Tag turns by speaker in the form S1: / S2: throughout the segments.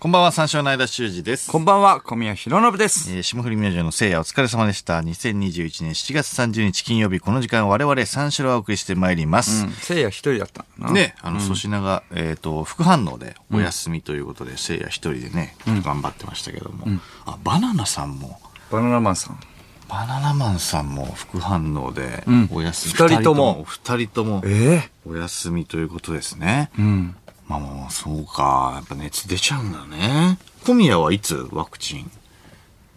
S1: こんばんは、三照の間修二です。
S2: こんばんは、小宮弘信です。
S1: えー霜降り明星の聖夜お疲れ様でした。2021年7月30日金曜日、この時間我々三四郎をお送りしてまいります。
S2: せいや一人だったんだな。
S1: ね、あの、粗品が、えっ、と、副反応でお休みということで、聖夜一人でね、頑張ってましたけども、あ、バナナさんも、
S2: バナナマンさん。
S1: バナナマンさんも副反応で
S2: ん
S1: お休み、
S2: 二人とも
S1: 二人とも
S2: え
S1: お休みということですね。
S2: うん。
S1: まあもう、そうか。やっぱ熱出ちゃうんだね。小宮はいつワクチン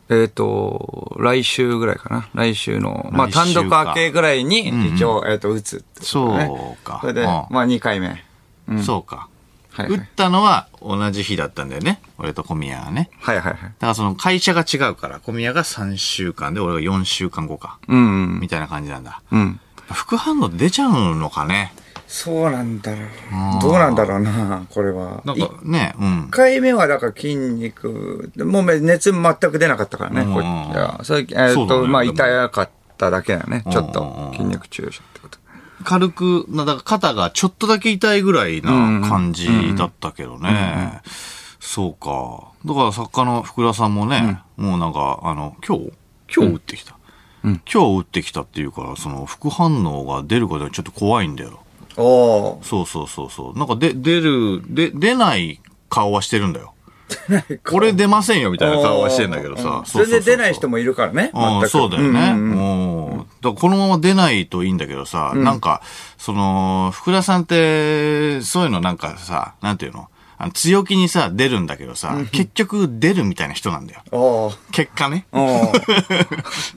S2: えっ、と、来週ぐらいかな。来週の、まあ
S1: 来週か
S2: 単独明けぐらいに
S1: んうん、
S2: 一応、えっ、と、打つってことだね
S1: そうか
S2: それで、
S1: うん
S2: まあ2回目。うん
S1: そうか。
S2: はいは
S1: 打
S2: い
S1: ったのは同じ日だったんだよね。俺と小宮がね。
S2: はいはいはい。
S1: だからその会社が違うから、小宮が3週間で俺が4週間後か。
S2: うん、うん。
S1: みたいな感じなんだ。
S2: うん。
S1: 副反応出ちゃうのかね。
S2: そうなんだろ
S1: うん
S2: う。どうなんだろうな、これは。
S1: なん
S2: 一
S1: かね、うん。
S2: 回目はだから筋肉、もう熱全く出なかったからね、
S1: うん
S2: こっちは。それ、えっ、
S1: そうだ
S2: と、
S1: ね
S2: まあ
S1: でも
S2: 痛かっただけだよね。ちょっ
S1: うんうんう
S2: と
S1: ん、
S2: 筋肉注射ってこと。
S1: 軽く、なだから肩がちょっとだけ痛いぐらいな感じだったけどね。そうか。だから作家の福田さんもね、もうなんか、あの、今日今日打ってきた。
S2: うん
S1: 今日打ってきたっていうから、その副反応が出るかでちょっと怖いんだよ。
S2: おー。
S1: そうそうそうそう。なんかで、出る、で、出ない顔はしてるんだよ。これ出ませんよみたいな顔はしてんだけど
S2: う
S1: さ。
S2: んそれで出ない人
S1: も
S2: もいるからね。全
S1: あ
S2: く
S1: そうだよね。
S2: んうんうん
S1: もうだからこのまま出ないといいんだけどさ、なんか、その、福田さんって、そういうのなんかさ、なんていうのあの強気にさ、出るんだけどさ、結局出るみたいな人なんだよ。
S2: おー
S1: 結果ね。
S2: おー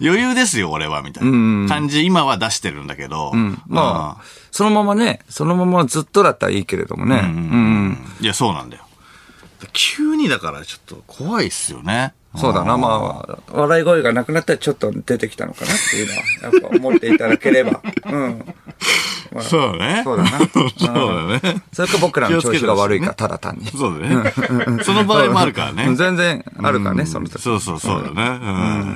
S1: 余裕ですよ、俺は、みたい
S2: うんう
S1: なん感じ、今は出してるんだけど。
S2: まあ、そのままね、そのままずっとだったらいいけれどもね。う
S1: うん
S2: んうん
S1: いや、そうなんだよ。急にだからちょっと怖いっすよね。
S2: そうだな、まあ、笑い声がなくなったらちょっと出てきたのかなっていうのは、やっぱ思っていただければ。うん。
S1: あ。 そうだね。
S2: そうだな。
S1: そうだね。
S2: それか僕らの調子が悪いか、
S1: 気
S2: ただ単に。
S1: そうだね。その場合もあるからね。
S2: 全然あるからね、その時。
S1: そうそうそうだね。う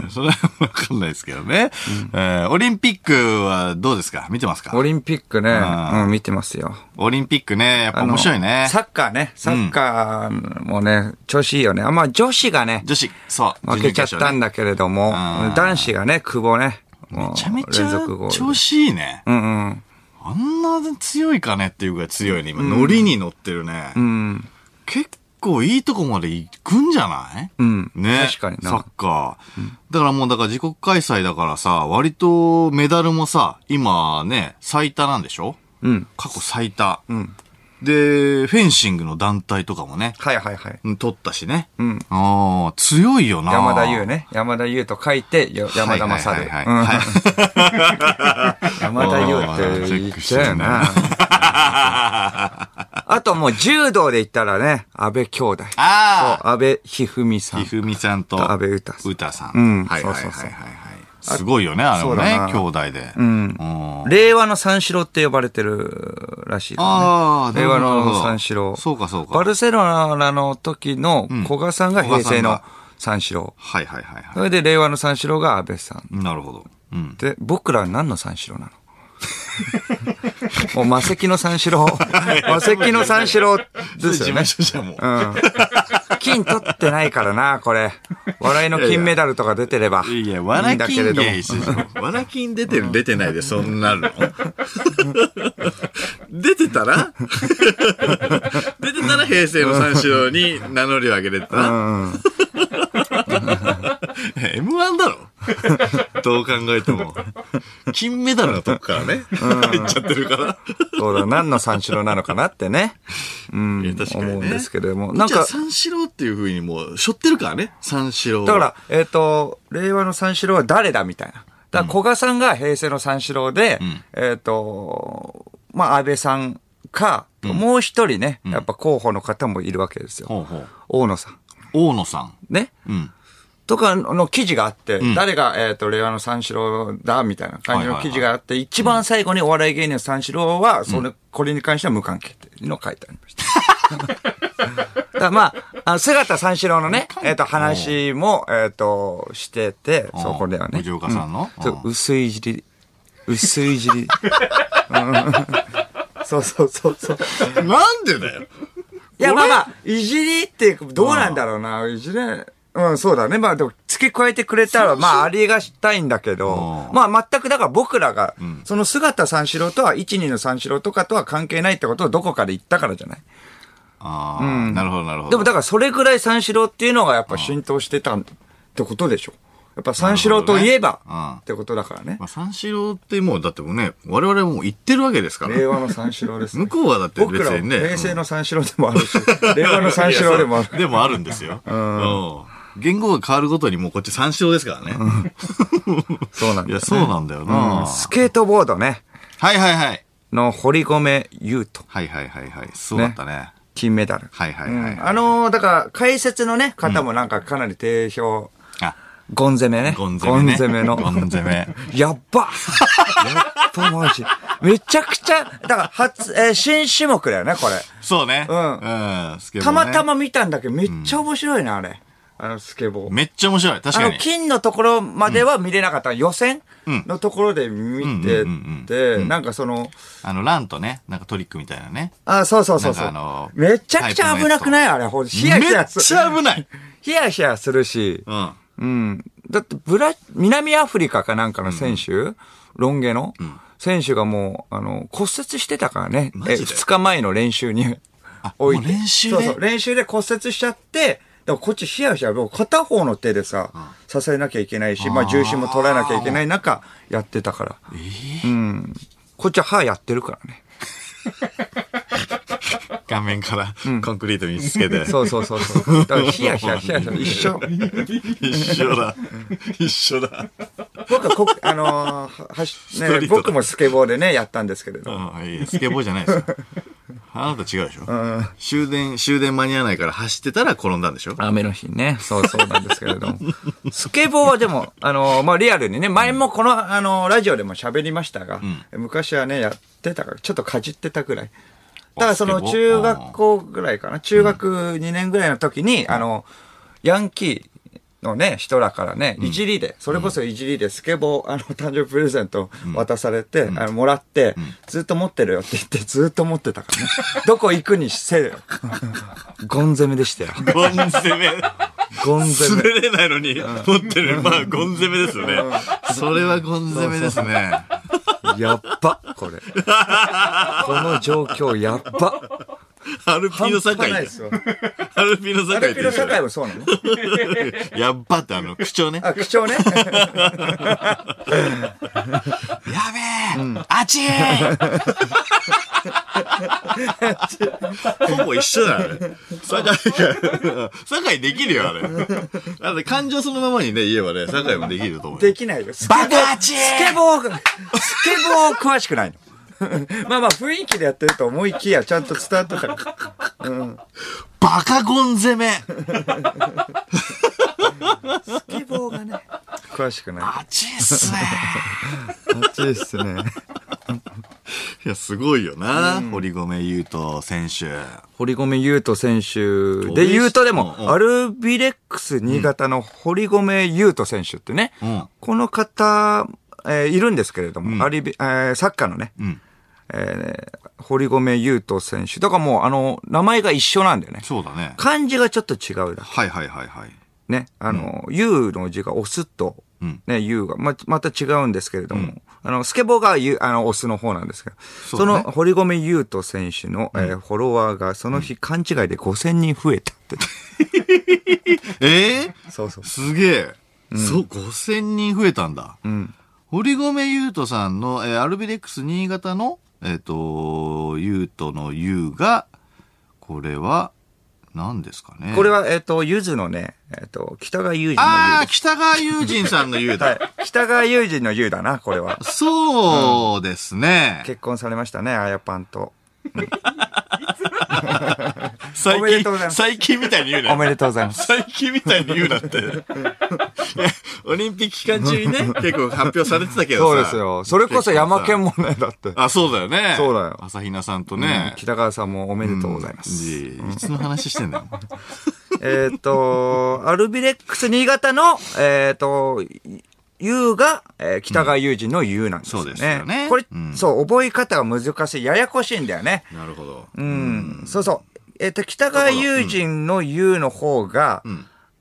S1: ん。それはわかんないですけどね。えーオリンピックはどうですか見てますか
S2: オリンピックね、
S1: ん
S2: うん、見てますよ。
S1: オリンピックね、やっぱ面白いね。
S2: サッカーね、サッカーもね、調子いいよね。あまあ女子がね、
S1: 女子、そう。
S2: 負けちゃったん
S1: だ。
S2: だけれども、
S1: ん
S2: 男子がね、久保ね、め
S1: めちゃめち
S2: 連続ゴ
S1: ゃ
S2: ー
S1: 調
S2: ル。
S1: 子いいね。
S2: うんうん。
S1: あんな強いかねっていうぐらい強いね。今、ノリに乗ってるね。
S2: うん。
S1: 結構いいとこまで行くんじゃない
S2: うん
S1: ね。
S2: 確かにな
S1: サッカー。だからもう、だから自国開催だからさ、割とメダルもさ、今ね、最多なんでしょ
S2: うん。
S1: 過去最多。
S2: うん。
S1: で、フェンシングの団体とかもね、
S2: はいはいはい。
S1: うん取ったしね。
S2: うん。
S1: ああ、強いよな。
S2: 山田優ね。山田優と書いて、よ山田正
S1: はい
S2: る。
S1: はいはいはい
S2: うん山田優って言っちゃうよな。あともう柔道で言ったらね、安倍兄弟。
S1: あ
S2: 安倍一二
S1: あひ
S2: 三さん。
S1: ふみちゃんと、
S2: と安倍詩さん
S1: 詩さん。
S2: うん
S1: はいはいはい
S2: そう
S1: は
S2: そうそ
S1: いうはい。すごいよね、あれも
S2: そう
S1: ね
S2: だな、
S1: 兄弟で。
S2: うん。
S1: うん
S2: 令和の三四郎って呼ばれてるらしい、ね。
S1: ああ、
S2: 令和
S1: なるほ
S2: の
S1: ど
S2: 三四郎。
S1: そうかそうか。
S2: バルセロナの時の古賀さんが
S1: うん古賀
S2: 平
S1: さんが
S2: 成の三四郎。
S1: はいはいはい
S2: そ
S1: は
S2: れで令和の三四郎が安倍さん。
S1: い。なるほど。うん。
S2: で、僕らは何の三四 郎なのもう魔石の三 四郎。魔石の三四郎ですよね。
S1: 所じゃもう。
S2: うん。金取ってないからな、これ。笑いの金メダルとか出てれば。
S1: いや、わら
S2: いいんだ
S1: き
S2: け
S1: ん
S2: れども
S1: 芸師匠。わらきん出てる、出てないで、そんなの。 出てたら 出てたら平成の三四郎に名乗りを上げれてた
S2: う
S1: ら
S2: ん。
S1: M1 だろどう考えても。金メダルのとこからね。入っちゃってるから。
S2: そうだ、何の三四郎なのかなってね。うん
S1: いや、確かにね
S2: 思うんですけれども。
S1: な
S2: なん
S1: んか、
S2: か、
S1: 三四郎っていう風にもう、背負ってるからね。三四郎を。
S2: だから、えっ、と、令和の三四郎は誰だみたいな。だから、古賀さんが平成の三四郎で、
S1: ん
S2: えっ、と、まあ、安倍さんか、もう一人ね、やっぱ候補の方もいるわけですよ。
S1: ほうほう。
S2: 大野さん。
S1: 大野さん。
S2: ね。
S1: うん。
S2: とかの記事があって、
S1: ん
S2: 誰が、えっ、と、令和の三四郎だ、みたいな感じの記事があって、一番最後にお笑い芸人の三四郎は、その、これに関しては無関係っていうのを書いてありました。 だからまあ、あ姿三四郎のね、えっ、と、話も、えっ、と、してて、そこではね。
S1: 藤岡さんの
S2: うんそう薄いじり、薄いじ り。うんそうそうそうそう。
S1: なんでだよ。
S2: や、まあまあ、いじりって、どうなんだろうな、いじれ。うん、そうだね。まあでも、付け加えてくれたら、まあ、ありがしたいんだけど、
S1: うん
S2: まあ全くだから僕らが、その姿三四郎とは、一二の三四郎とかとは関係ないってことをどこかで言ったからじゃない
S1: ああ、なるほど、なるほど。
S2: でもだからそれぐらい三四郎っていうのがやっぱ浸透してたんってことでしょ。やっぱ三四郎といえ
S1: なるほど
S2: ば
S1: ね
S2: ってことだからね
S1: ま。あ、三四郎ってもう、だってもうね、我々もう行ってるわけですから。
S2: 令和の三四郎ですね
S1: 向。こうはだって
S2: 僕
S1: 別
S2: らは
S1: にね。
S2: 平成の三四郎でもある し、令和の三四郎でもあ
S1: い
S2: る
S1: やそう。でもあるんですよ。うん。言語が変わるごとにもうこっち三四郎ですからね。
S2: そうなん
S1: い
S2: だ
S1: や、そうなんだよな。
S2: スケートボードね、
S1: はいはいはい。
S2: の堀米優斗、
S1: はいはいはいはい。そうだったね。
S2: 金メダル。
S1: はいはいうはい。
S2: んあのーだから解説のね、方もなんかかなり定評、
S1: あ、
S2: ゴン攻めね。
S1: ゴン攻め、ね。
S2: ゴン攻めの。
S1: ゴン攻め。
S2: やっばやっばマジ。めちゃくちゃ、だから初、えー新種目だよね、これ。
S1: そうね。
S2: うん
S1: うん。スケボー
S2: た
S1: ね
S2: また。ま見たんだけど、めっちゃ面白いな、あれ。あのスケボー。
S1: めっちゃ面白い。確
S2: あ
S1: か
S2: の、
S1: に。
S2: 金のところまでは見れなかった。予選のところで見て
S1: うんうん
S2: て、なんかその、
S1: あの、ランとね、なんかトリックみたいなね。
S2: あ、そうそうそうそ
S1: なんかあの
S2: う。めちゃくちゃ危なくないあれ、ほんヒ
S1: め
S2: ヤ
S1: っ
S2: ヒヤする。
S1: ちゃ危ない。
S2: ヒヤヒヤするし。
S1: うん。
S2: うん。だって、ブラ、南アフリカかなんかの選手、ロン毛の、選手がもう、あの、骨折してたからね。
S1: マ
S2: え、
S1: ジで
S2: 2日前の練習に
S1: あ
S2: 置いて。
S1: もう練習で
S2: そうそう、練習で骨折しちゃって、だからこっちヒヤヒヤ、もう片方の手でさ、支えなきゃいけないし、まあ重心も取らなきゃいけない中、やってたから。うん。こっちは歯やってるからね。
S1: 顔面からコンクリートにつけ て。
S2: そうそうそうそう。だからヒヤヒヤヒヤヒヤ、一緒。
S1: 一緒だ。一緒だ。
S2: 僕はこ、あのーはし
S1: ストリー
S2: ね、
S1: トだ
S2: 僕もスケボーでね、やったんですけれど。
S1: うん、いやスケボーじゃないですよ。あなた違うでしょ、終電、終電間に合わないから走ってたら転んだんでしょ
S2: 雨の日ね。そうそうなんですけれども。 スケボーはでも、あのまあ、リアルにね、前もこの、あのラジオでも喋りましたが、昔はね、やってたから、ちょっとかじってたぐらい。だからそ
S1: あ
S2: の
S1: スケボー
S2: 中学校ぐらいかな、中学2年ぐらいの時に、あの、ヤンキーのね、人らからね、いじりで、それこそいじりでスケボー、あの、誕生日プレゼント渡されて、あの、もらって、ずっと持ってるよって言って、ずっと持ってたからね。どこ行くにせ よ。ゴン攻めでしたよ。
S1: ゴン攻 め。
S2: ゴン攻め。
S1: 滑れないのに持ってる。まあ、ゴン攻めですよね。それはゴン攻めですね。
S2: やっば、これ。この状況、やっば。
S1: アルピーノ酒
S2: 半端ない
S1: 井
S2: で。すよ。
S1: アルピーノ
S2: ア
S1: 酒井
S2: ル
S1: って言うでしょ
S2: ピの社会もそうなの
S1: やっばってあの、口調ね。
S2: あ、口調 ね。
S1: やべえ、あちー ほぼ一緒だよ、あれ。酒井が、酒井できるよ、あれ。あれ、感情そのままにね、言えばね、酒井もできると思うよ。
S2: できないよ。ス
S1: バカち
S2: スケボー、スケボー詳しくないの。まあまあ、雰囲気でやってると思いきや、ちゃんと伝わってたから。
S1: バカゴン攻め
S2: スケボーがね、詳しくない。あ
S1: あちーっすね
S2: っちですね。
S1: いや、すごいよな、堀米雄斗選手。
S2: 堀米雄斗選手で言うとでも、
S1: うんうん
S2: アルビレックス新潟の堀米雄斗選手ってね、
S1: うん
S2: この方、えーいるんですけれども、アリビ、えーサッカーのね、
S1: ん
S2: えー堀米雄斗選手。だからもう、あの、名前が一緒なんだよね。
S1: そうだね。
S2: 漢字がちょっと違うだ。
S1: はいはいはいはい。
S2: ね、あの、U の字がオスと、
S1: うん
S2: ね、U が、ま、また違うんですけれども、あの、スケボーが U、あの、オスの方なんですけど、そ,、
S1: うだね
S2: の、堀米優斗選手の、えーフォロワーが、その日、勘違いで5000人増えたって。
S1: ええ
S2: そうそう。
S1: すげえ、そう、5000人増えたんだ。堀米雄斗さんの、えーアルビレックス新潟の、えっ、と、雄斗の雄が、これは、何ですかね。
S2: これは、えっ、と、ゆずのね、えっ、と、北川悠仁の
S1: ああ、
S2: ゆ
S1: 北川雄人さんの雄
S2: う。はい
S1: だ。。
S2: 北川悠仁のゆうだな、これは。
S1: そうですね。
S2: 結婚されましたね、あやぱんと。
S1: 最
S2: おめでとうござ
S1: 近、
S2: います
S1: 最近みたいに言うな
S2: お
S1: よ。
S2: めでとうございます。
S1: 最近みたいに言うな って。オリンピック期間中にね、結構発表されてたけどさ。
S2: そうですよ。それこそ山県
S1: も。
S2: もね、だって。
S1: あ、そうだよね。
S2: そうだよ
S1: 朝比奈さんとね。
S2: 北川さんもおめでとうございます。
S1: いやいやいつの話してんだよ。
S2: えっ、と、アルビレックス新潟の、えっ、と、U が、えー北川友人の U なんですよね。
S1: そうですよね
S2: これ、
S1: うん
S2: そう、覚え方が難しい。ややこしいんだよね。
S1: なるほど。
S2: うん。そうそう。えっ、と、北川友人の友の方が、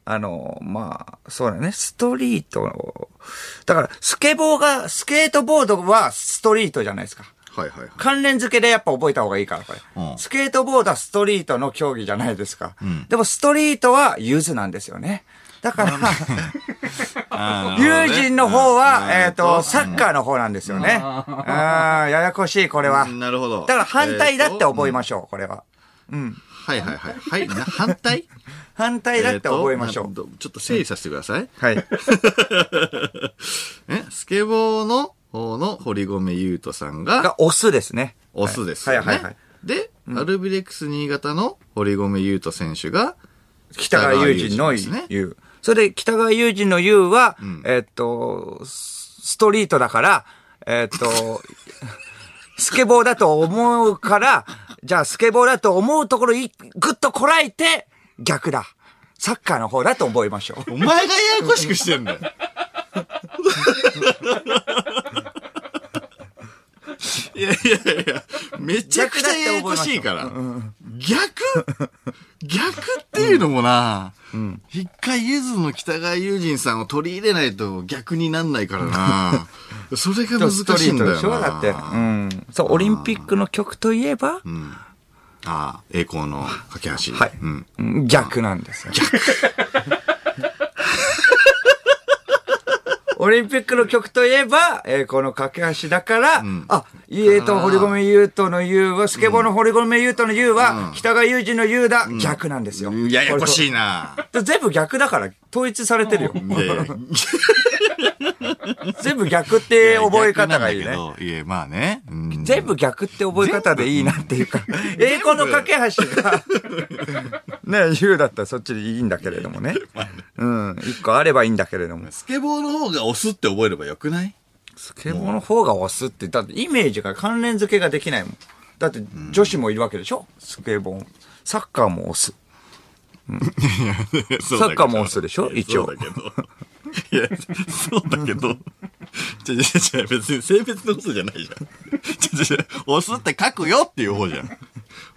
S2: あの、まあ、そうだね、ストリート、だから、スケボーが、スケートボードはストリートじゃないですか。
S1: はいはいはい。
S2: 関連付けでやっぱ覚えた方がいいから、これ。
S1: うん
S2: スケートボードはストリートの競技じゃないですか。でも、ストリートはユズなんですよね。だから、
S1: あ
S2: 友人の方は、えっ、と、サッ
S1: ー
S2: カーの方なんですよね。ああ、ややこしい、これは。
S1: なるほど。
S2: だから反対だって覚え
S1: ま
S2: ましょう、これは。
S1: す。はいはいはい。はい、な反対
S2: 反対だって覚えましょ
S1: ー
S2: う。
S1: となどちょっと整理させてください。
S2: はい。
S1: え、スケボーの方の堀米雄斗さんが
S2: が、オスですね。
S1: オスですよね。
S2: はいはいはいはい
S1: で、アルビレックス新潟の堀米雄斗選手が、
S2: 北川友人
S1: 北川
S2: の
S1: 悠仁ですね
S2: 優。それで、北川友人の優は、えっと、スストリートだから、えっと、 スケボーだと思うから、じゃあスケボーだと思うところい、ぐっとこらえて、逆だ。サッカーの方だと覚えましょう。
S1: お前がややこしくしてんだよ。いやいやいや、めちゃくちゃややこしいから。逆逆っていうのもな、一回ゆずの北川友人さんを取り入れないと逆になんないからな。それが難
S2: スト
S1: し
S2: リ
S1: いん
S2: ー
S1: だ
S2: ト
S1: よな。
S2: でしょだって。うん。そう、オリンピックの曲といえば、
S1: ああ、栄光の架け橋。
S2: はい
S1: うん。
S2: うん逆なんですよ。 オリンピックの曲といえば、えーこの架け橋だから、あ、えーと、堀米雄斗の雄は、スケボーの堀米雄斗の雄は、北川雄二の雄だ、逆なんですよ。
S1: ややこし
S2: い。
S1: いな。
S2: 全部逆だから、統一されてるよ。
S1: いやいや
S2: 全部逆って覚え方がいいね。
S1: 逆なんだけど。いや、まあね。うん
S2: 全部逆って覚え方でいいなっていうか、栄光の架け橋が、 ね、言うだったらそっちでいいんだけれども ね。うん、一個あればいいんだけれども。
S1: スケボーの方が押すって覚えればよく ない
S2: スケボーの方が押すって、だってイメージが関連付けができないもん。だって女子もいるわけでしょスケボー。サッカーも押す。
S1: サ
S2: サッカーも押すでしょ一応
S1: そうだけど。いや、そうだけど。 ちょ、ちょ、ちょ、別に性別のことじゃないじゃん。ちょ、ちょ、ちょ押すって書くよっていう方じゃん。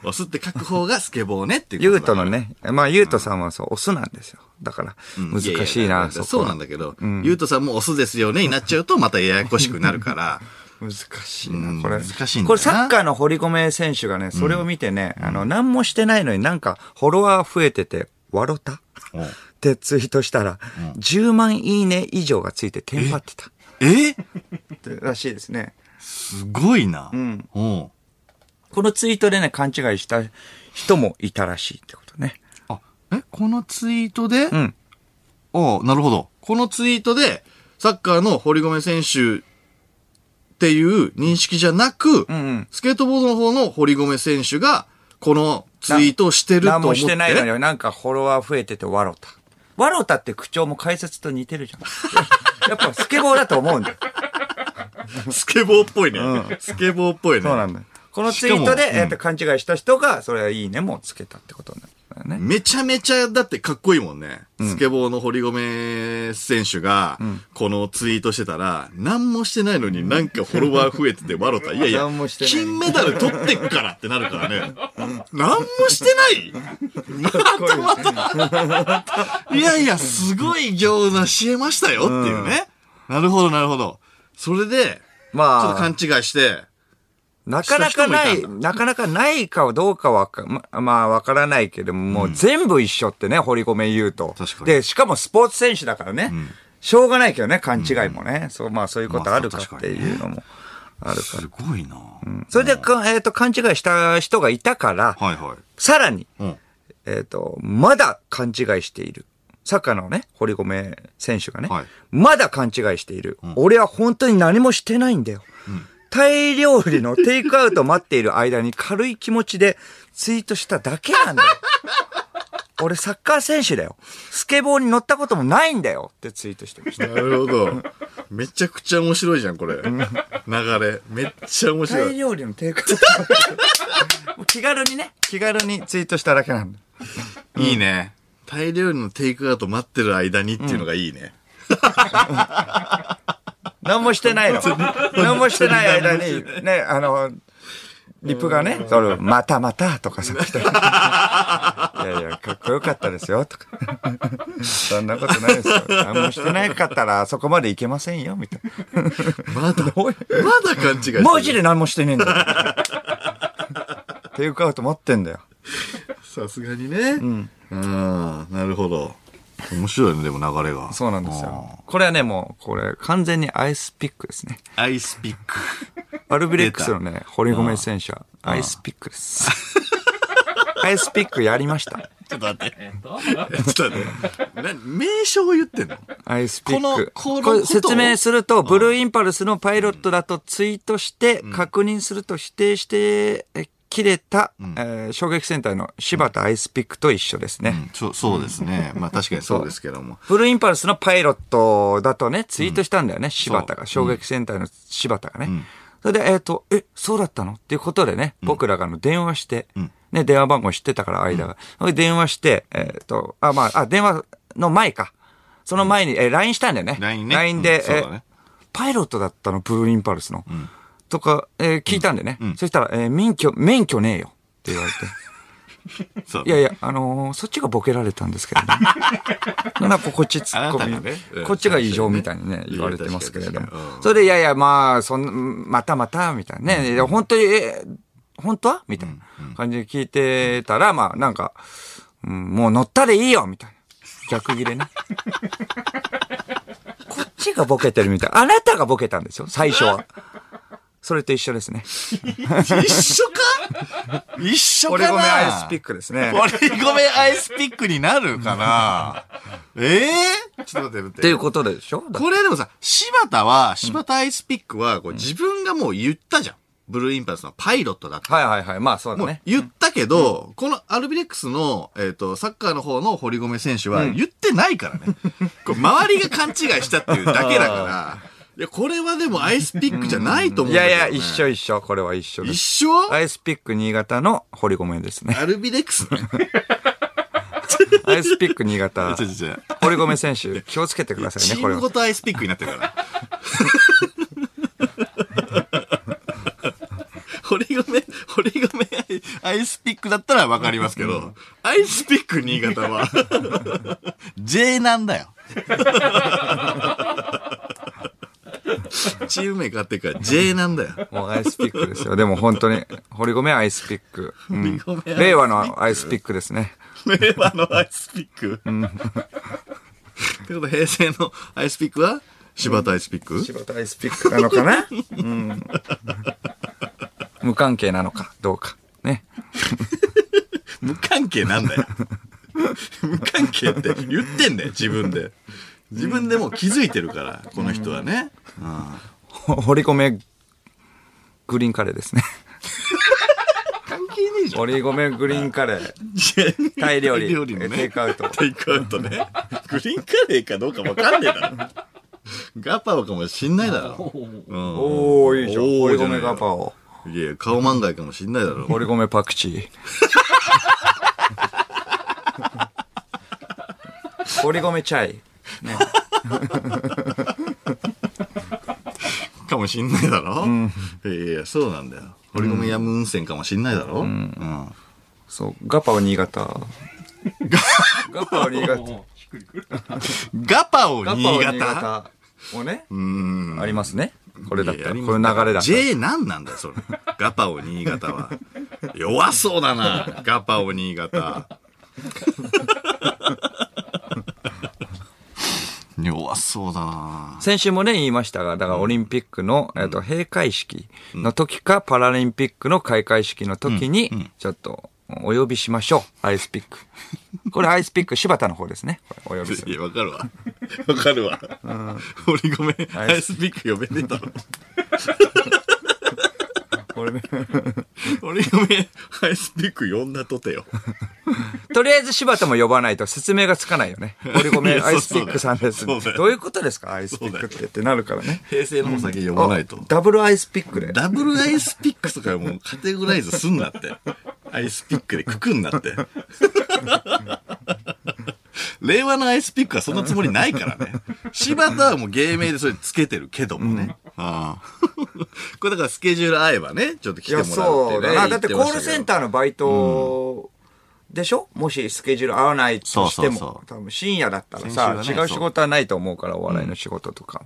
S1: 押すって書く方がスケボーねっていう
S2: ユ
S1: こ
S2: ー
S1: とだ
S2: ト
S1: から
S2: の。ね、まあユートさんはそう、押すなんですよ。だから、難しい
S1: やや
S2: な、
S1: だから
S2: こ
S1: そう
S2: は
S1: なんだけど、ゆうとさんもオスですよねになっちゃうとまたややこしくなるから。
S2: 難しいな、これ。
S1: うん難しいんだよな
S2: これサッカーの堀米選手がね、それを見てね、あの、何もしてないのになんかフォロワー増えてて、笑ったっ
S1: お
S2: てツイートしたら、10万いいね以上がついてテンパってた。
S1: え
S2: ってらしいですね。
S1: すごいな。
S2: ん
S1: おう
S2: このツイートでね、勘違いした人もいたらしいってことね。
S1: あ、え、このツイートで、
S2: うん。
S1: ああ、なるほど。このツイートで、サッカーの堀米選手っていう認識じゃなく、
S2: んうん
S1: スケートボードの方の堀米選手が、このツイートをしてると思っ
S2: 何
S1: て。
S2: もしてないのになんかフォロワー増えてて笑った。笑ったって口調も解説と似てるじゃん。 やっぱスケボーだと思うんだよ。
S1: スケボーっぽいね。スケボーっぽいね。
S2: そうなんだよ。このツイートで、
S1: しかもうん
S2: えっと、勘違いした人が、それはいいねもつけたってことになるんだよね。
S1: めちゃめちゃ、だってかっこいいもんね。スケボーの堀米選手が、このツイートしてたら、何もしてないのになんかフォロワー増えてて笑った。いやいや
S2: 何も、してない
S1: 金メダル取ってっからってなるからね。何もして ないまたまたいやいや、すごい行なしえましたよっていうね。なるほど、なるほど。それで、ちょっと
S2: ま
S1: 勘
S2: あ、
S1: 違いして、
S2: なかなかな
S1: した
S2: い、
S1: 人も
S2: なかなかないかどうかわか、ままあわからないけども、もう全部一緒ってね、堀米優と
S1: 確か。に
S2: で、しかもスポーツ選手だからね、しょうがないけどね、勘違いもね。そう、まあそういうことあるか
S1: まあそう
S2: っ
S1: 確
S2: て
S1: かにね
S2: いうのもあるから。
S1: すごいな、
S2: それでか、えっと、勘違いした人がいたから、
S1: はいはい。
S2: さらに、
S1: うん。
S2: えっ、と、まだ勘違いしている。サッカーのね、堀米選手がね、
S1: はい
S2: まだ勘違いしている、俺は本当に何もしてないんだよ。タイ料理のテイクアウト待っている間に軽い気持ちでツイートしただけなん だよ。俺サッカー選手だよ。スケボーに乗ったこともないんだよってツイートして ました。
S1: なるほど。めちゃくちゃ面白いじゃん、これ。流れ。めっちゃ面
S2: タ
S1: 白
S2: イ
S1: い。
S2: 料理のテイクアウト待ってるもう気軽にね、気軽にツイートしただけなんだよ。
S1: いいね。タイ料理のテイクアウト待ってる間にっていうのがいいね。
S2: 何もしてないの。何もしてない間に、ね、あの、リップがね、それ、またまたとか さ、来たいやいや、かっこよかったですよ、とか。そんなことないですよ。何もしてないかったら、あそこまでいけませんよ、みたい
S1: まだ、 まだ勘違いして
S2: な。
S1: る
S2: マジで何もしてねえんだよ。テイクアウト持ってんだよ。
S1: さすがにね。うん。ああ、なるほど。面白いね、でも流れが。
S2: そうなんです
S1: あ
S2: よ。これはね、もう、これ、完全にアイスピックですね。
S1: あ。アイスピック。
S2: アルビレックスのね、堀米選手は、アイスピックです。アイスピックやりました。
S1: ちょっと 待って。ちょっと待って。な名称を言ってんの
S2: アイスピック。
S1: このこの
S2: こ
S1: こ
S2: れ
S1: とを
S2: 説明すると、ブルーインパルスのパイロットだとツイートして、確認すると否定して、え切れた、えー衝撃戦隊の柴田アイスピックと一緒ですね。
S1: そう、そうですね。まあ確かにそうですけども。
S2: ブルーインパルスのパイロットだとね、ツイートしたんだよね、柴田が。衝撃戦隊の柴田がね。それで、えっ、と、え、そうだったのっていうことでね、僕らがあの電話して、ね、電話番号知ってたから、間が。それで電話して、えっ、と、あ、まあ、あ、電話の前か。その前に、えー、LINE したんだよね。
S1: LINE ね
S2: で、
S1: うんそうだね
S2: えーパイロットだったの、ブルーインパルスの。とか、えー聞いたんだよね。そしたら、えー免許、免許ねえよ。って言われて。
S1: そう
S2: いやいや、あのーそっちがボケられたんで すけどね。なんかこっち突っ
S1: あなた
S2: 込
S1: がねう
S2: み、
S1: ん
S2: こっちが異常みたいにね、言われてますけれども
S1: 確かに確か。に
S2: それで、いやいや、まあ、そんな、またまた、みたいなね。いや本当に、え、本当はみたいな感じで聞いてたら、まあ、なんか、うんもう乗ったでいいよみたいな。逆切 れね。こっちがボケてるみたい。あなたがボケたんですよ、最初は。それと一緒ですね。
S1: 一緒か一緒か
S2: 俺
S1: な
S2: ごめん、アイスピックですね。
S1: 俺ごめん、アイスピックになるかなええちょっと待って待っ
S2: ってていうことでしょだって
S1: これでもさ、柴田は、柴田アイスピックは、こう自分がもう言ったじゃん。ブルーインパルスのパイロットだって。
S2: はいはいはい。まあそうだ
S1: もう
S2: ね。
S1: 言ったけど、このアルビレックスの、えっ、と、サッカーの方の堀米選手は言ってないから ね。こう周りが勘違いしたっていうだけだから、いや、これはでもアイスピックじゃないと思う
S2: い
S1: んだけ
S2: や
S1: ど
S2: い
S1: ね、
S2: や、一緒一緒。これは一緒で
S1: 一
S2: す。
S1: 緒
S2: アイスピック新潟の堀米ですね。
S1: アルビレック スね。
S2: アイスピック新潟
S1: ちょ。ちょちょ
S2: 堀米選手、気をつけてくださ
S1: チ
S2: いね、
S1: ー
S2: これ
S1: ム
S2: は
S1: ご。とアイスピックになってるから。 堀米、堀米アイスピックだったらわかりますけど、アイスピック新潟は、J なんだよ。チーム名買ってから J なんだよ。
S2: もうアイスピックですよ。でも本当に、堀米アイスピック。うん
S1: 堀米アイスピック
S2: 令和のアイスピックですね。
S1: 令和のアイスピック。ってことは平成のアイスピックは柴田アイスピック、
S2: 柴田アイスピックなのかなうん。無関係なのか、どうか。ね。
S1: 無関係なんだよ。 無関係って言ってんだよ、自分で。自分でもう気づいてるから、この人はね。
S2: ほ堀米グリーンカレ ーですね。
S1: 関係ねえじ
S2: 堀米グリーンカレー。
S1: ゃん。
S2: タイ料理
S1: のね。
S2: テイクアウト
S1: テイクアウトね。グリーンカレーかどうかわかんねえだろ。ガパオかもしんないだろ。うん
S2: おー、いいじゃん。
S1: おー
S2: 堀
S1: じゃな
S2: 米
S1: いよ
S2: ガパオ。
S1: いや、顔漫画かもしんないだろ。
S2: 堀米パクチー。堀米チャイ。
S1: かもしんないだろ。いやいや、そうなんだよ。堀米ヤム運線かもしんないだろ。うん
S2: そう、ガパオ新潟。ガパオ新潟。
S1: ガパオ
S2: ガパオ
S1: 新潟。
S2: をね、ありますね。これだったら、
S1: いややり
S2: こういう
S1: ま
S2: 流れだったら。
S1: J 何なんだよ、そ れ。ガパオ新潟は。弱そうだな、ガパオ新 潟。弱そうだな。
S2: 先週もね、言いましたが、だからオリンピックの、えっと、閉会式の時か、パラリンピックの開会式の時に、ちょっと、お呼びしましょう。アイスピック。これアイスピック、柴田の方ですね。これお呼びす
S1: い
S2: る。
S1: や、わかるわ。わかるわ。俺ごめん、アイスピック呼べねえだろ。
S2: これね
S1: 俺ごめん、アイスピック呼んだとてよ。
S2: とりあえず柴田も呼ばないと説明がつかない よね。堀米アイスピックさんです。
S1: いやそうだよ
S2: どういうことですかアイスピックってってなるからね。
S1: 平成のお酒呼ばないと
S2: あ。ダブルアイスピックで。
S1: ダブルアイスピックスとかもうカテゴライズすんなって。アイスピックでくくんなって。令和のアイスピックはそんなつもりないからね。柴田はもう芸名でそれつけてるけどもね。ああ これだからスケジュール合えばね、ちょっと来
S2: い
S1: てもら
S2: や、
S1: うって、ね。
S2: そうだな。だって
S1: 言
S2: コ
S1: ま
S2: ー
S1: した
S2: ル
S1: けど
S2: センターのバイトでしょもしスケジュール合わないとしても。
S1: そうそう
S2: 多分深夜だったら
S1: 先週は
S2: さ、
S1: ね
S2: 違う仕事はないと思うから、お笑いの仕事とか。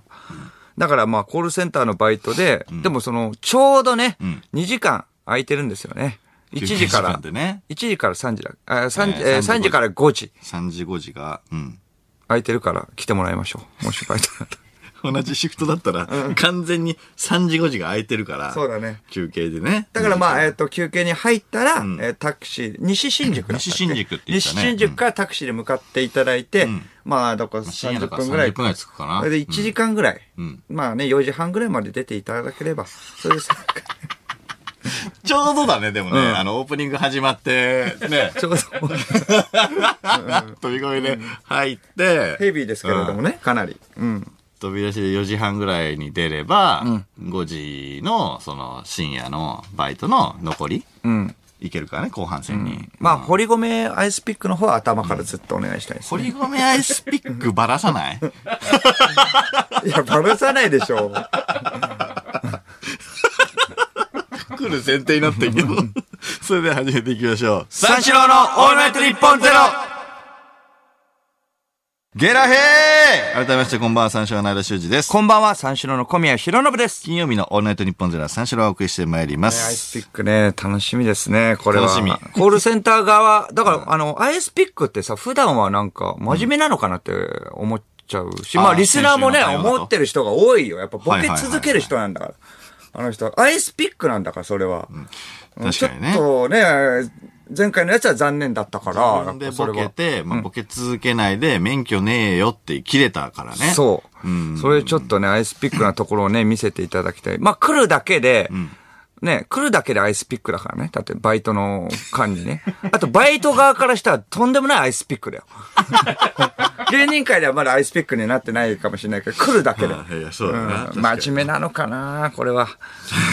S2: だからまあ、コールセンターのバイトで、でもその、ちょうどね、2時間空いてるんですよね。1時か
S1: 休憩時
S2: ら
S1: 間、でね。
S2: 1時から3時だ、あ3時、
S1: ね
S2: えー
S1: 3
S2: 3時から5時
S1: 3時5時が、うん。
S2: 空いてるから来てもらいましょう。もしバイトだったら。
S1: 同じシフトだったら、完全に3時5時が空いてるから。
S2: そうだね。
S1: 休憩でね。
S2: だからま
S1: あ、
S2: あ、えっ、と、休憩に入ったら、
S1: ん
S2: えータクシー、西新宿だったっけ
S1: 西新宿って言ってたね
S2: 西新宿からタクシーで向かっていただいて、
S1: ん
S2: まあ、だから
S1: 深夜だ
S2: 30
S1: から
S2: 分ぐらい。
S1: 30分ぐらいつくかな。
S2: それで1時間ぐらい、
S1: うん
S2: まあね、4時半ぐらいまで出ていただければ、それでさ
S1: ちょうどだね、でもね、
S2: うん
S1: あの、オープニング始まって、 ね、
S2: ちょうど、
S1: 飛び込みで入って、
S2: ヘビーですけれどもね、かなり。うん。
S1: 飛び出しで4時半ぐらいに出れば、5時の、その、深夜のバイトの残り、
S2: うん。
S1: いけるからね、後半戦に。
S2: まあ、堀米アイスピックの方は頭からずっとお願いしたいです、ね。
S1: 堀米アイスピックばらさ ない
S2: いや、バラさないでしょう。
S1: 来る前提になってるけど。 それでは始めていきましょう。
S2: 三四郎のオールナイトニッポンゼロ
S1: ゲラヘー改めまして、こんばんは、三四郎の間修二です。
S2: こんばんは、三四郎の小宮浩信です。
S1: 金曜日のオールナイトニッポンゼロは三四郎をお送りしてまいりま
S2: ねアイ
S1: す。
S2: スピックね、楽しみですね、これは。
S1: 楽しみ
S2: コールセンター側、だから、あの、アイスピックってさ、普段はなんか、真面目なのかなって思っちゃうし、
S1: あー
S2: まあ、リスナーもね、
S1: 先週の会話だと
S2: 思ってる人が多いよ。やっぱ、ボ
S1: はい
S2: ケ
S1: はいはいはい
S2: 続ける人なんだから。あの人、アイスピックなんだから、それは。うん
S1: 確かにね
S2: ちょっとね、前回のやつは残念だったから。
S1: 自分で
S2: やっぱそれ
S1: ボ
S2: は
S1: ケて、まあ、ボケ続けないで、免許ねえよって切れたからね。
S2: そう、それちょっとね、アイスピックなところをね、見せていただきたい。まあ、来るだけで、ね、来るだけでアイスピックだからね。だって、バイトの管理ね。あと、バイト側からしたらとんでもないアイスピッ クだよ。芸人界ではまだアイスピックになってないかもしれないけど、来るだけで。
S1: いや、そうだな。
S2: うん真面目なのかなこれは。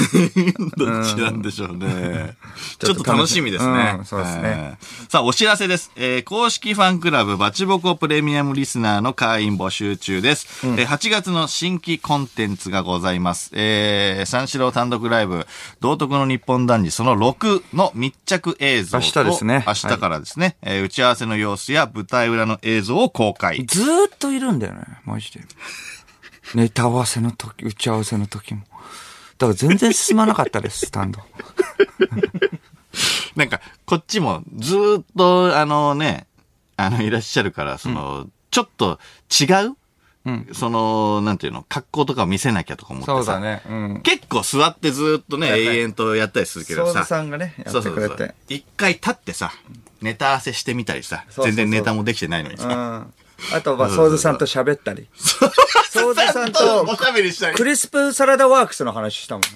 S1: どっちなんでしょうね。ちょっと楽しみですね。
S2: うんそうですね
S1: えー。さあ、お知らせです。えー公式ファンクラブバチボコプレミアムリスナーの会員募集中です。えー8月の新規コンテンツがございます。えー三四郎単独ライブ、道徳の日本男児その6の密着映像と。
S2: 明日ですね
S1: 明日からですね、えー打ち合わせの様子や舞台裏の映像を公開。
S2: ずーっといるんだよね、マ ジで。ネタ合わせの時、打ち合わせの時も。だから全然進まなかったです、スタンド。
S1: なんか、こっちもずーっと、あのね、あの、いらっしゃるから、その、ちょっと違う、その、なんていうの、格好とか見せなきゃとか思ってさ。
S2: そうだね。うん。
S1: 結構座ってずーっとね、
S2: や
S1: 永遠とやったりするけど
S2: ソウ
S1: さ。
S2: ルさんがね、や
S1: そ
S2: っ
S1: うそ
S2: て
S1: う
S2: く
S1: そ
S2: れ
S1: う
S2: て。
S1: 一回立ってさ、ネタ合わせしてみたりさ、
S2: そうそうそう
S1: 全然ネタもできてないのに
S2: うん。
S1: さ。
S2: あとは、ソウルさんと喋っ たり。ソウルさんと
S1: お、しゃべりしたり
S2: ク。リスプサラダワークスの話したもんね。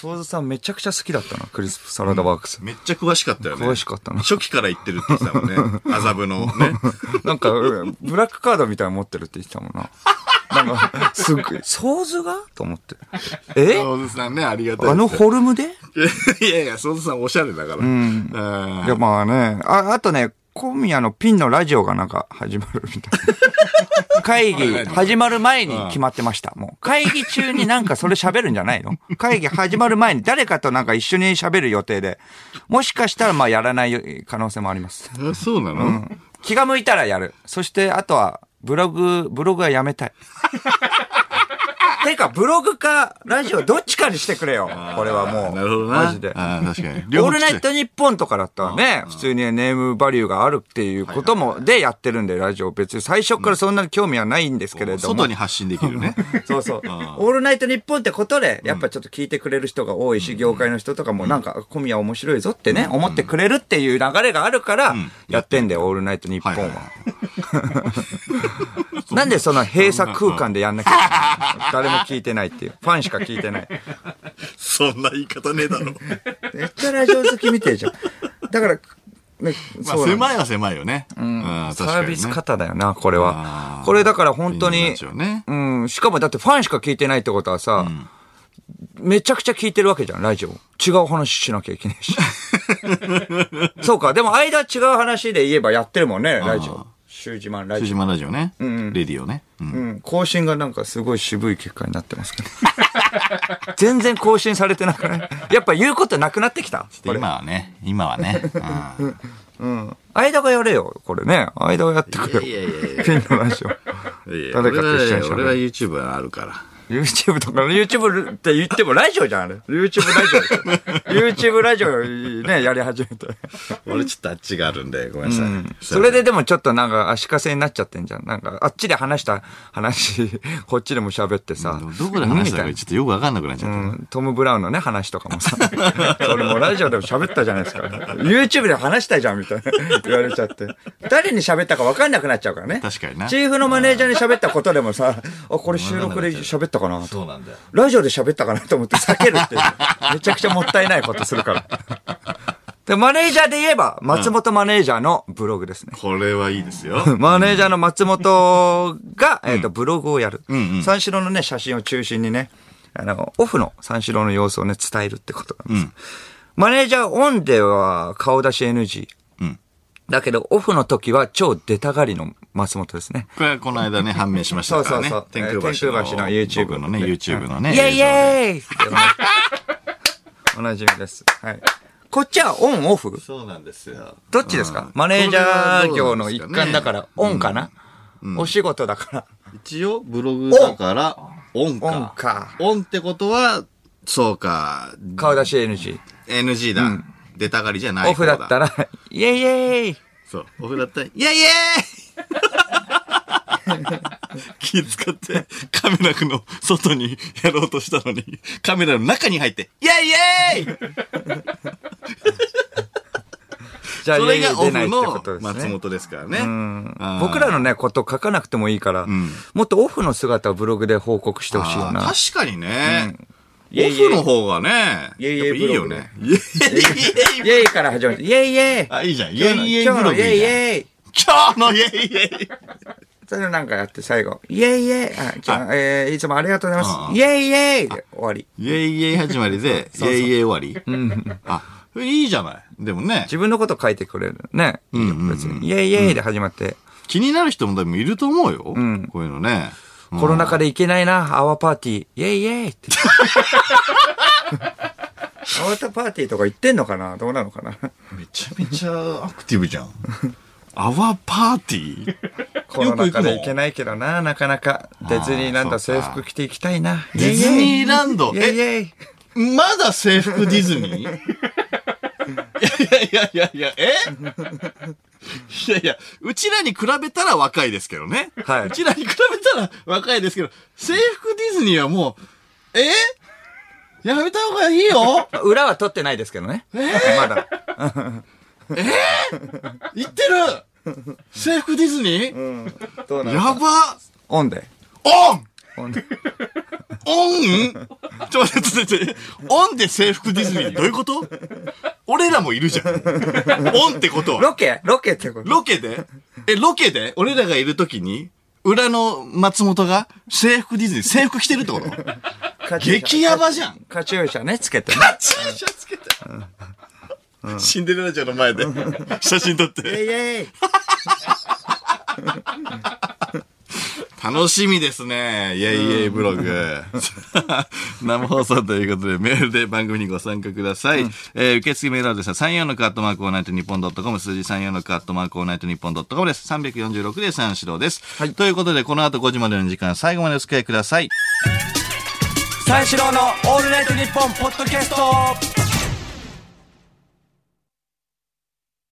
S2: ソウルさんめちゃくちゃ好きだったな、クリスプサラダワークス。
S1: めっちゃ詳しかったよね。
S2: 詳しかったな
S1: 初期から言ってるって言ってたもんね。 麻布のね。
S2: なんか、うんブラックカードみたいなの持ってるって言ってたもんな。なんか、すっごい、ソウズがと思って。え
S1: ソウズさんね、ありがたいですよ。
S2: あのフォルムで
S1: いやいや、ソウズさんおしゃれだから。うん。
S2: いや、まあね。あ、あとね、小宮のピンのラジオがなんか始まる みたいな。会議始まる前に決まってました。もう会議中になんかそれ喋るんじゃない の会議始まる前に誰かとなんか一緒に喋る予定で。もしかしたらまあやらない可能性もあります。
S1: あそうなの、
S2: 気が向いたらやる。そしてあとはブログ、ブログはやめ たい。てか、ブログか、ラジオ、どっちかにしてくれよ。これはもう。
S1: なるほどな。
S2: マジで。
S1: ああ確 かに。
S2: オールナ
S1: きつ
S2: イ
S1: い
S2: トニッポンとかだったらね、普通にネームバリューがあるっていうことも、でやってるんで、ラジオ。別に最初からそんなに興味はないんですけれども。
S1: 外に発信できるね。
S2: そうそう。オールナイトニッポンってことで、やっぱちょっと聞いてくれる人が多いし、業界の人とかもなんか、小宮面白いぞってね、思ってくれるっていう流れがあるから、やってんだよ、オールナイトニッポン
S1: はいは
S2: は。 なんでその閉鎖空間でやんなきゃいけ ないの誰も聞いてないっていう。ファンしか聞いてない。
S1: そんな言い方ねえだ ろ。
S2: めっちゃラジオ好きみてえじゃん。だから、ね、
S1: まあ、
S2: そうなんだ
S1: 狭いは狭いよね。うん。
S2: サ
S1: 確かに、ね。
S2: ービス方だよな、これ
S1: あ
S2: は
S1: ー。
S2: これだから本当
S1: みんな
S2: に
S1: たちをね、
S2: うん、しかもだってファンしか聞いてないってことはさ、めちゃくちゃ聞いてるわけじゃん、ラジオ。違う話しなきゃいけない し。そうか、でも間違う話で言えばやってるもんね、ラジオ。週字マンラ
S1: 藤
S2: ジオ。
S1: 島ラジオね。レディオね。うん
S2: うん、更新がなんかすごい渋い結果になってますけど。 全然更新されてなくないやっぱ言うことなくなってきたこれ。
S1: 今はね、今は ね。うん
S2: うん。間がやれよ、これね。間がやってくれよ。
S1: いやいやい
S2: ピンの話を。
S1: いや
S2: 誰かと一緒にしよう
S1: 俺は YouTube あるから。
S2: YouTube とか、YouTube って言ってもラジオじゃん、あれ。YouTube ラジオです。YouTube ラジオね、やり始めた。
S1: 俺ちょっとあっちがあるんで、ごめんなさい。
S2: それででもちょっとなんか足かせになっちゃってんじゃん。なんか、あっちで話した話、こっちでも喋ってさ。
S1: でもどこで話した
S2: う
S1: か
S2: んみ
S1: ちょっとよくわかんなくなっちゃ
S2: た
S1: っ
S2: い
S1: た。
S2: なうんトム・ブラウンのね、話とかもさ。それもラジオでも喋ったじゃないですか。YouTube で話したじゃん、みたいな。言われちゃって。誰に喋ったか分かんなくなっちゃうからね。
S1: 確かにな
S2: チーフのマネージャーに喋ったことでもさ、あ、これ収録で喋ったかな、と
S1: そうなんだよ。
S2: ラジオで喋ったかなと思って避けるっていう。 めちゃくちゃもったいないことするから。で、マネージャーで言えば、松本マネージャーのブログですね。
S1: これはいいですよ。
S2: マネージャーの松本が、えっ、と、ブログをやる。三四郎のね、写真を中心にね、あの、オフの三四郎の様子をね、伝えるってことなんです。マネージャーオンでは顔出し NG。
S1: うん
S2: だけど、オフの時は超出たがりの松本ですね。
S1: これはこの間ね、判明しましたからね。
S2: そうそうそう
S1: 天空橋の。
S2: 天空橋の YouTube
S1: 僕のね、YouTube のね。
S2: イェイイ
S1: 映
S2: ェイって おなじみです。はい。こっちはオン、オフ
S1: 像でそうなんですよ。
S2: どっちです
S1: うん
S2: かマネージャー業
S1: これはどうな
S2: の一
S1: んですか
S2: 環
S1: ね
S2: だから、オンかなお仕事だから。
S1: 一応、ブログだから、オンか。
S2: オンか
S1: オンってことは、そうか、
S2: 顔出し NG。
S1: NG だ。出たがりじゃない。
S2: オフだった。ら、 イェイイェイ
S1: そう。オフだったら、イェイイェイ 気使って、カメラの外にやろうとしたのに、カメラの中に入って、イェイイェイ
S2: じゃあ、
S1: それが
S2: イェ
S1: オ
S2: イイェイ出ない
S1: フ
S2: ってこと
S1: の
S2: ですね
S1: 松本ですからね。
S2: うん
S1: あー
S2: 僕らのね、こと書かなくてもいいから、もっとオフの姿をブログで報告してほしい
S1: あ
S2: な。
S1: ー確かにね。
S2: いえ
S1: オ
S2: いえ
S1: フの方がね、
S2: いえいえ
S1: やっぱいいよね。いえいえ
S2: イェイから始まる。イェイイェイ
S1: あ、いいじゃん。イ
S2: 今
S1: ェ
S2: 日の
S1: イイェイ
S2: 今
S1: ブロ
S2: 日の
S1: グ
S2: イェ
S1: い
S2: イ
S1: い
S2: イ
S1: じゃん。
S2: ェ
S1: 今
S2: イ
S1: 日のイェイイェイ
S2: それなんかやって最後、イェイイェイあ、じゃあ、えーいつもありがとうございま
S1: う
S2: す。イェイイェイで終わり。
S1: イェイイェイ始まりで、イェイイェイ終わり。あ、いいじゃない。でもね、
S2: 自分のこと書いてくれる。ね。いいよ別に。イェイイェイで始まって。
S1: 気になる人も多分いると思うよ。こういうのね。うん
S2: コロナ禍で行けないな、アワーパーティー。イェイイェ イって。アワーパーティーとか行ってんのかなどうなのか な
S1: めちゃめちゃアクティブ じゃん。アワーパーティー
S2: コロナ禍で行け
S1: の
S2: ないけどな、なかなか。ディズニーランド
S1: そう
S2: 制
S1: か
S2: 服着ていきたいな。
S1: ディズニーランド
S2: イェイイェイ。
S1: まだ制服ディズニーい やいやいやいや、えいやいや、うちらに比べたら若いですけどね。
S2: はいう
S1: ちらに比べたら若いですけど、制服ディズニーはもう、えやめた方がいいよ
S2: 裏は取ってないですけどね。まだ。
S1: 言ってる制服ディズニー、
S2: うん。どうなの
S1: やば
S2: オンで。
S1: オン
S2: オンで。
S1: オンちょ、待って、ちょっと待って、オンで制服ディズニーどういうこと俺らもいるじゃん。オンってことは。
S2: ロケロケってこと
S1: ロケでえ、ロケで俺らがいるときに、裏の松本が制服ディズニー、制服着てるってこと
S2: カチューシャ
S1: 激ヤバじゃん
S2: カチューシャね、つけてね。
S1: T シャツ着てシンデレラ城の前で写真撮っ
S2: イェ
S1: て。
S2: イイェイ。
S1: 楽しみですね。イェイイェイブログ。 生放送ということで、メールで番組にご参加ください。えー受付メールアドレスは34のカットマークオールナイトニッポンドットコム、数字34のカットマークオールナイトニッポンドットコムです。346で三四郎です。
S2: はい
S1: ということで、この後5時までの時間、最後までお付き合いください。
S2: 三四郎のオールナイトニッポンポッドキャスト